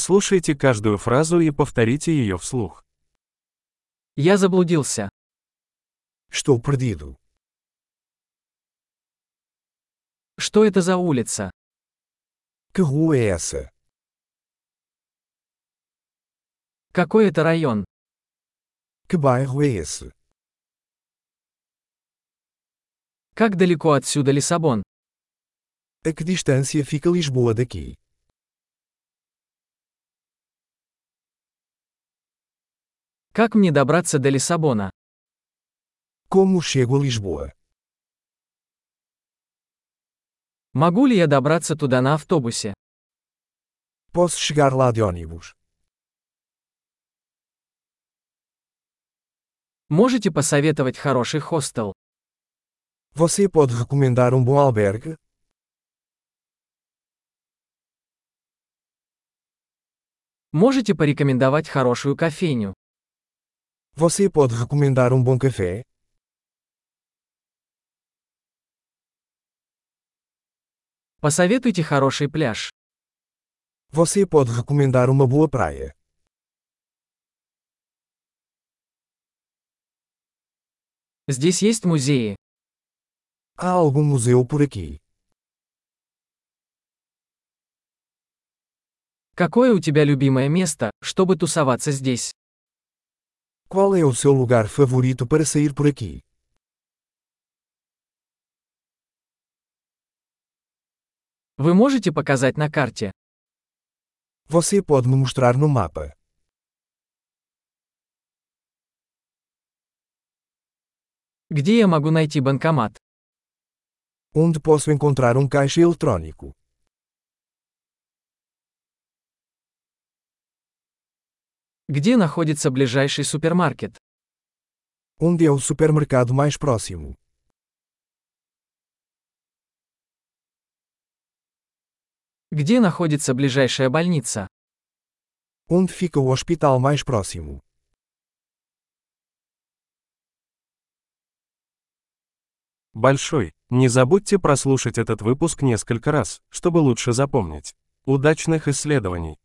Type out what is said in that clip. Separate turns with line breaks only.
Прослушайте каждую фразу и повторите ее вслух.
Я заблудился.
Estou perdido.
Что это за улица?
Que rua é essa?
Какой это район?
Que bairro é esse?
Как далеко отсюда Лиссабон?
A que distância fica Lisboa daqui?
Как мне добраться до Лиссабона?
Como chego a Lisboa?
Могу ли я добраться туда на автобусе?
Posso chegar lá de ônibus?
Можете посоветовать хороший хостел?
Você pode recomendar um bom albergue?
Можете порекомендовать хорошую кофейню?
Você pode recomendar um bom café?
Посоветуйте хороший пляж.
Você pode recomendar uma boa praia?
Здесь есть музеи.
Há algum museu por aqui?
Какое у тебя любимое место, чтобы тусоваться здесь?
Qual é o seu lugar favorito para sair por aqui?
Вы можете показать на карте?
Você pode me mostrar no mapa.
Где я могу найти банкомат?
Onde posso encontrar um caixa eletrônico?
Где находится ближайший супермаркет?
Onde é o supermercado mais próximo?
Где находится ближайшая больница?
Onde fica o hospital mais próximo?
Большой. Не забудьте прослушать этот выпуск несколько раз, чтобы лучше запомнить. Удачных исследований!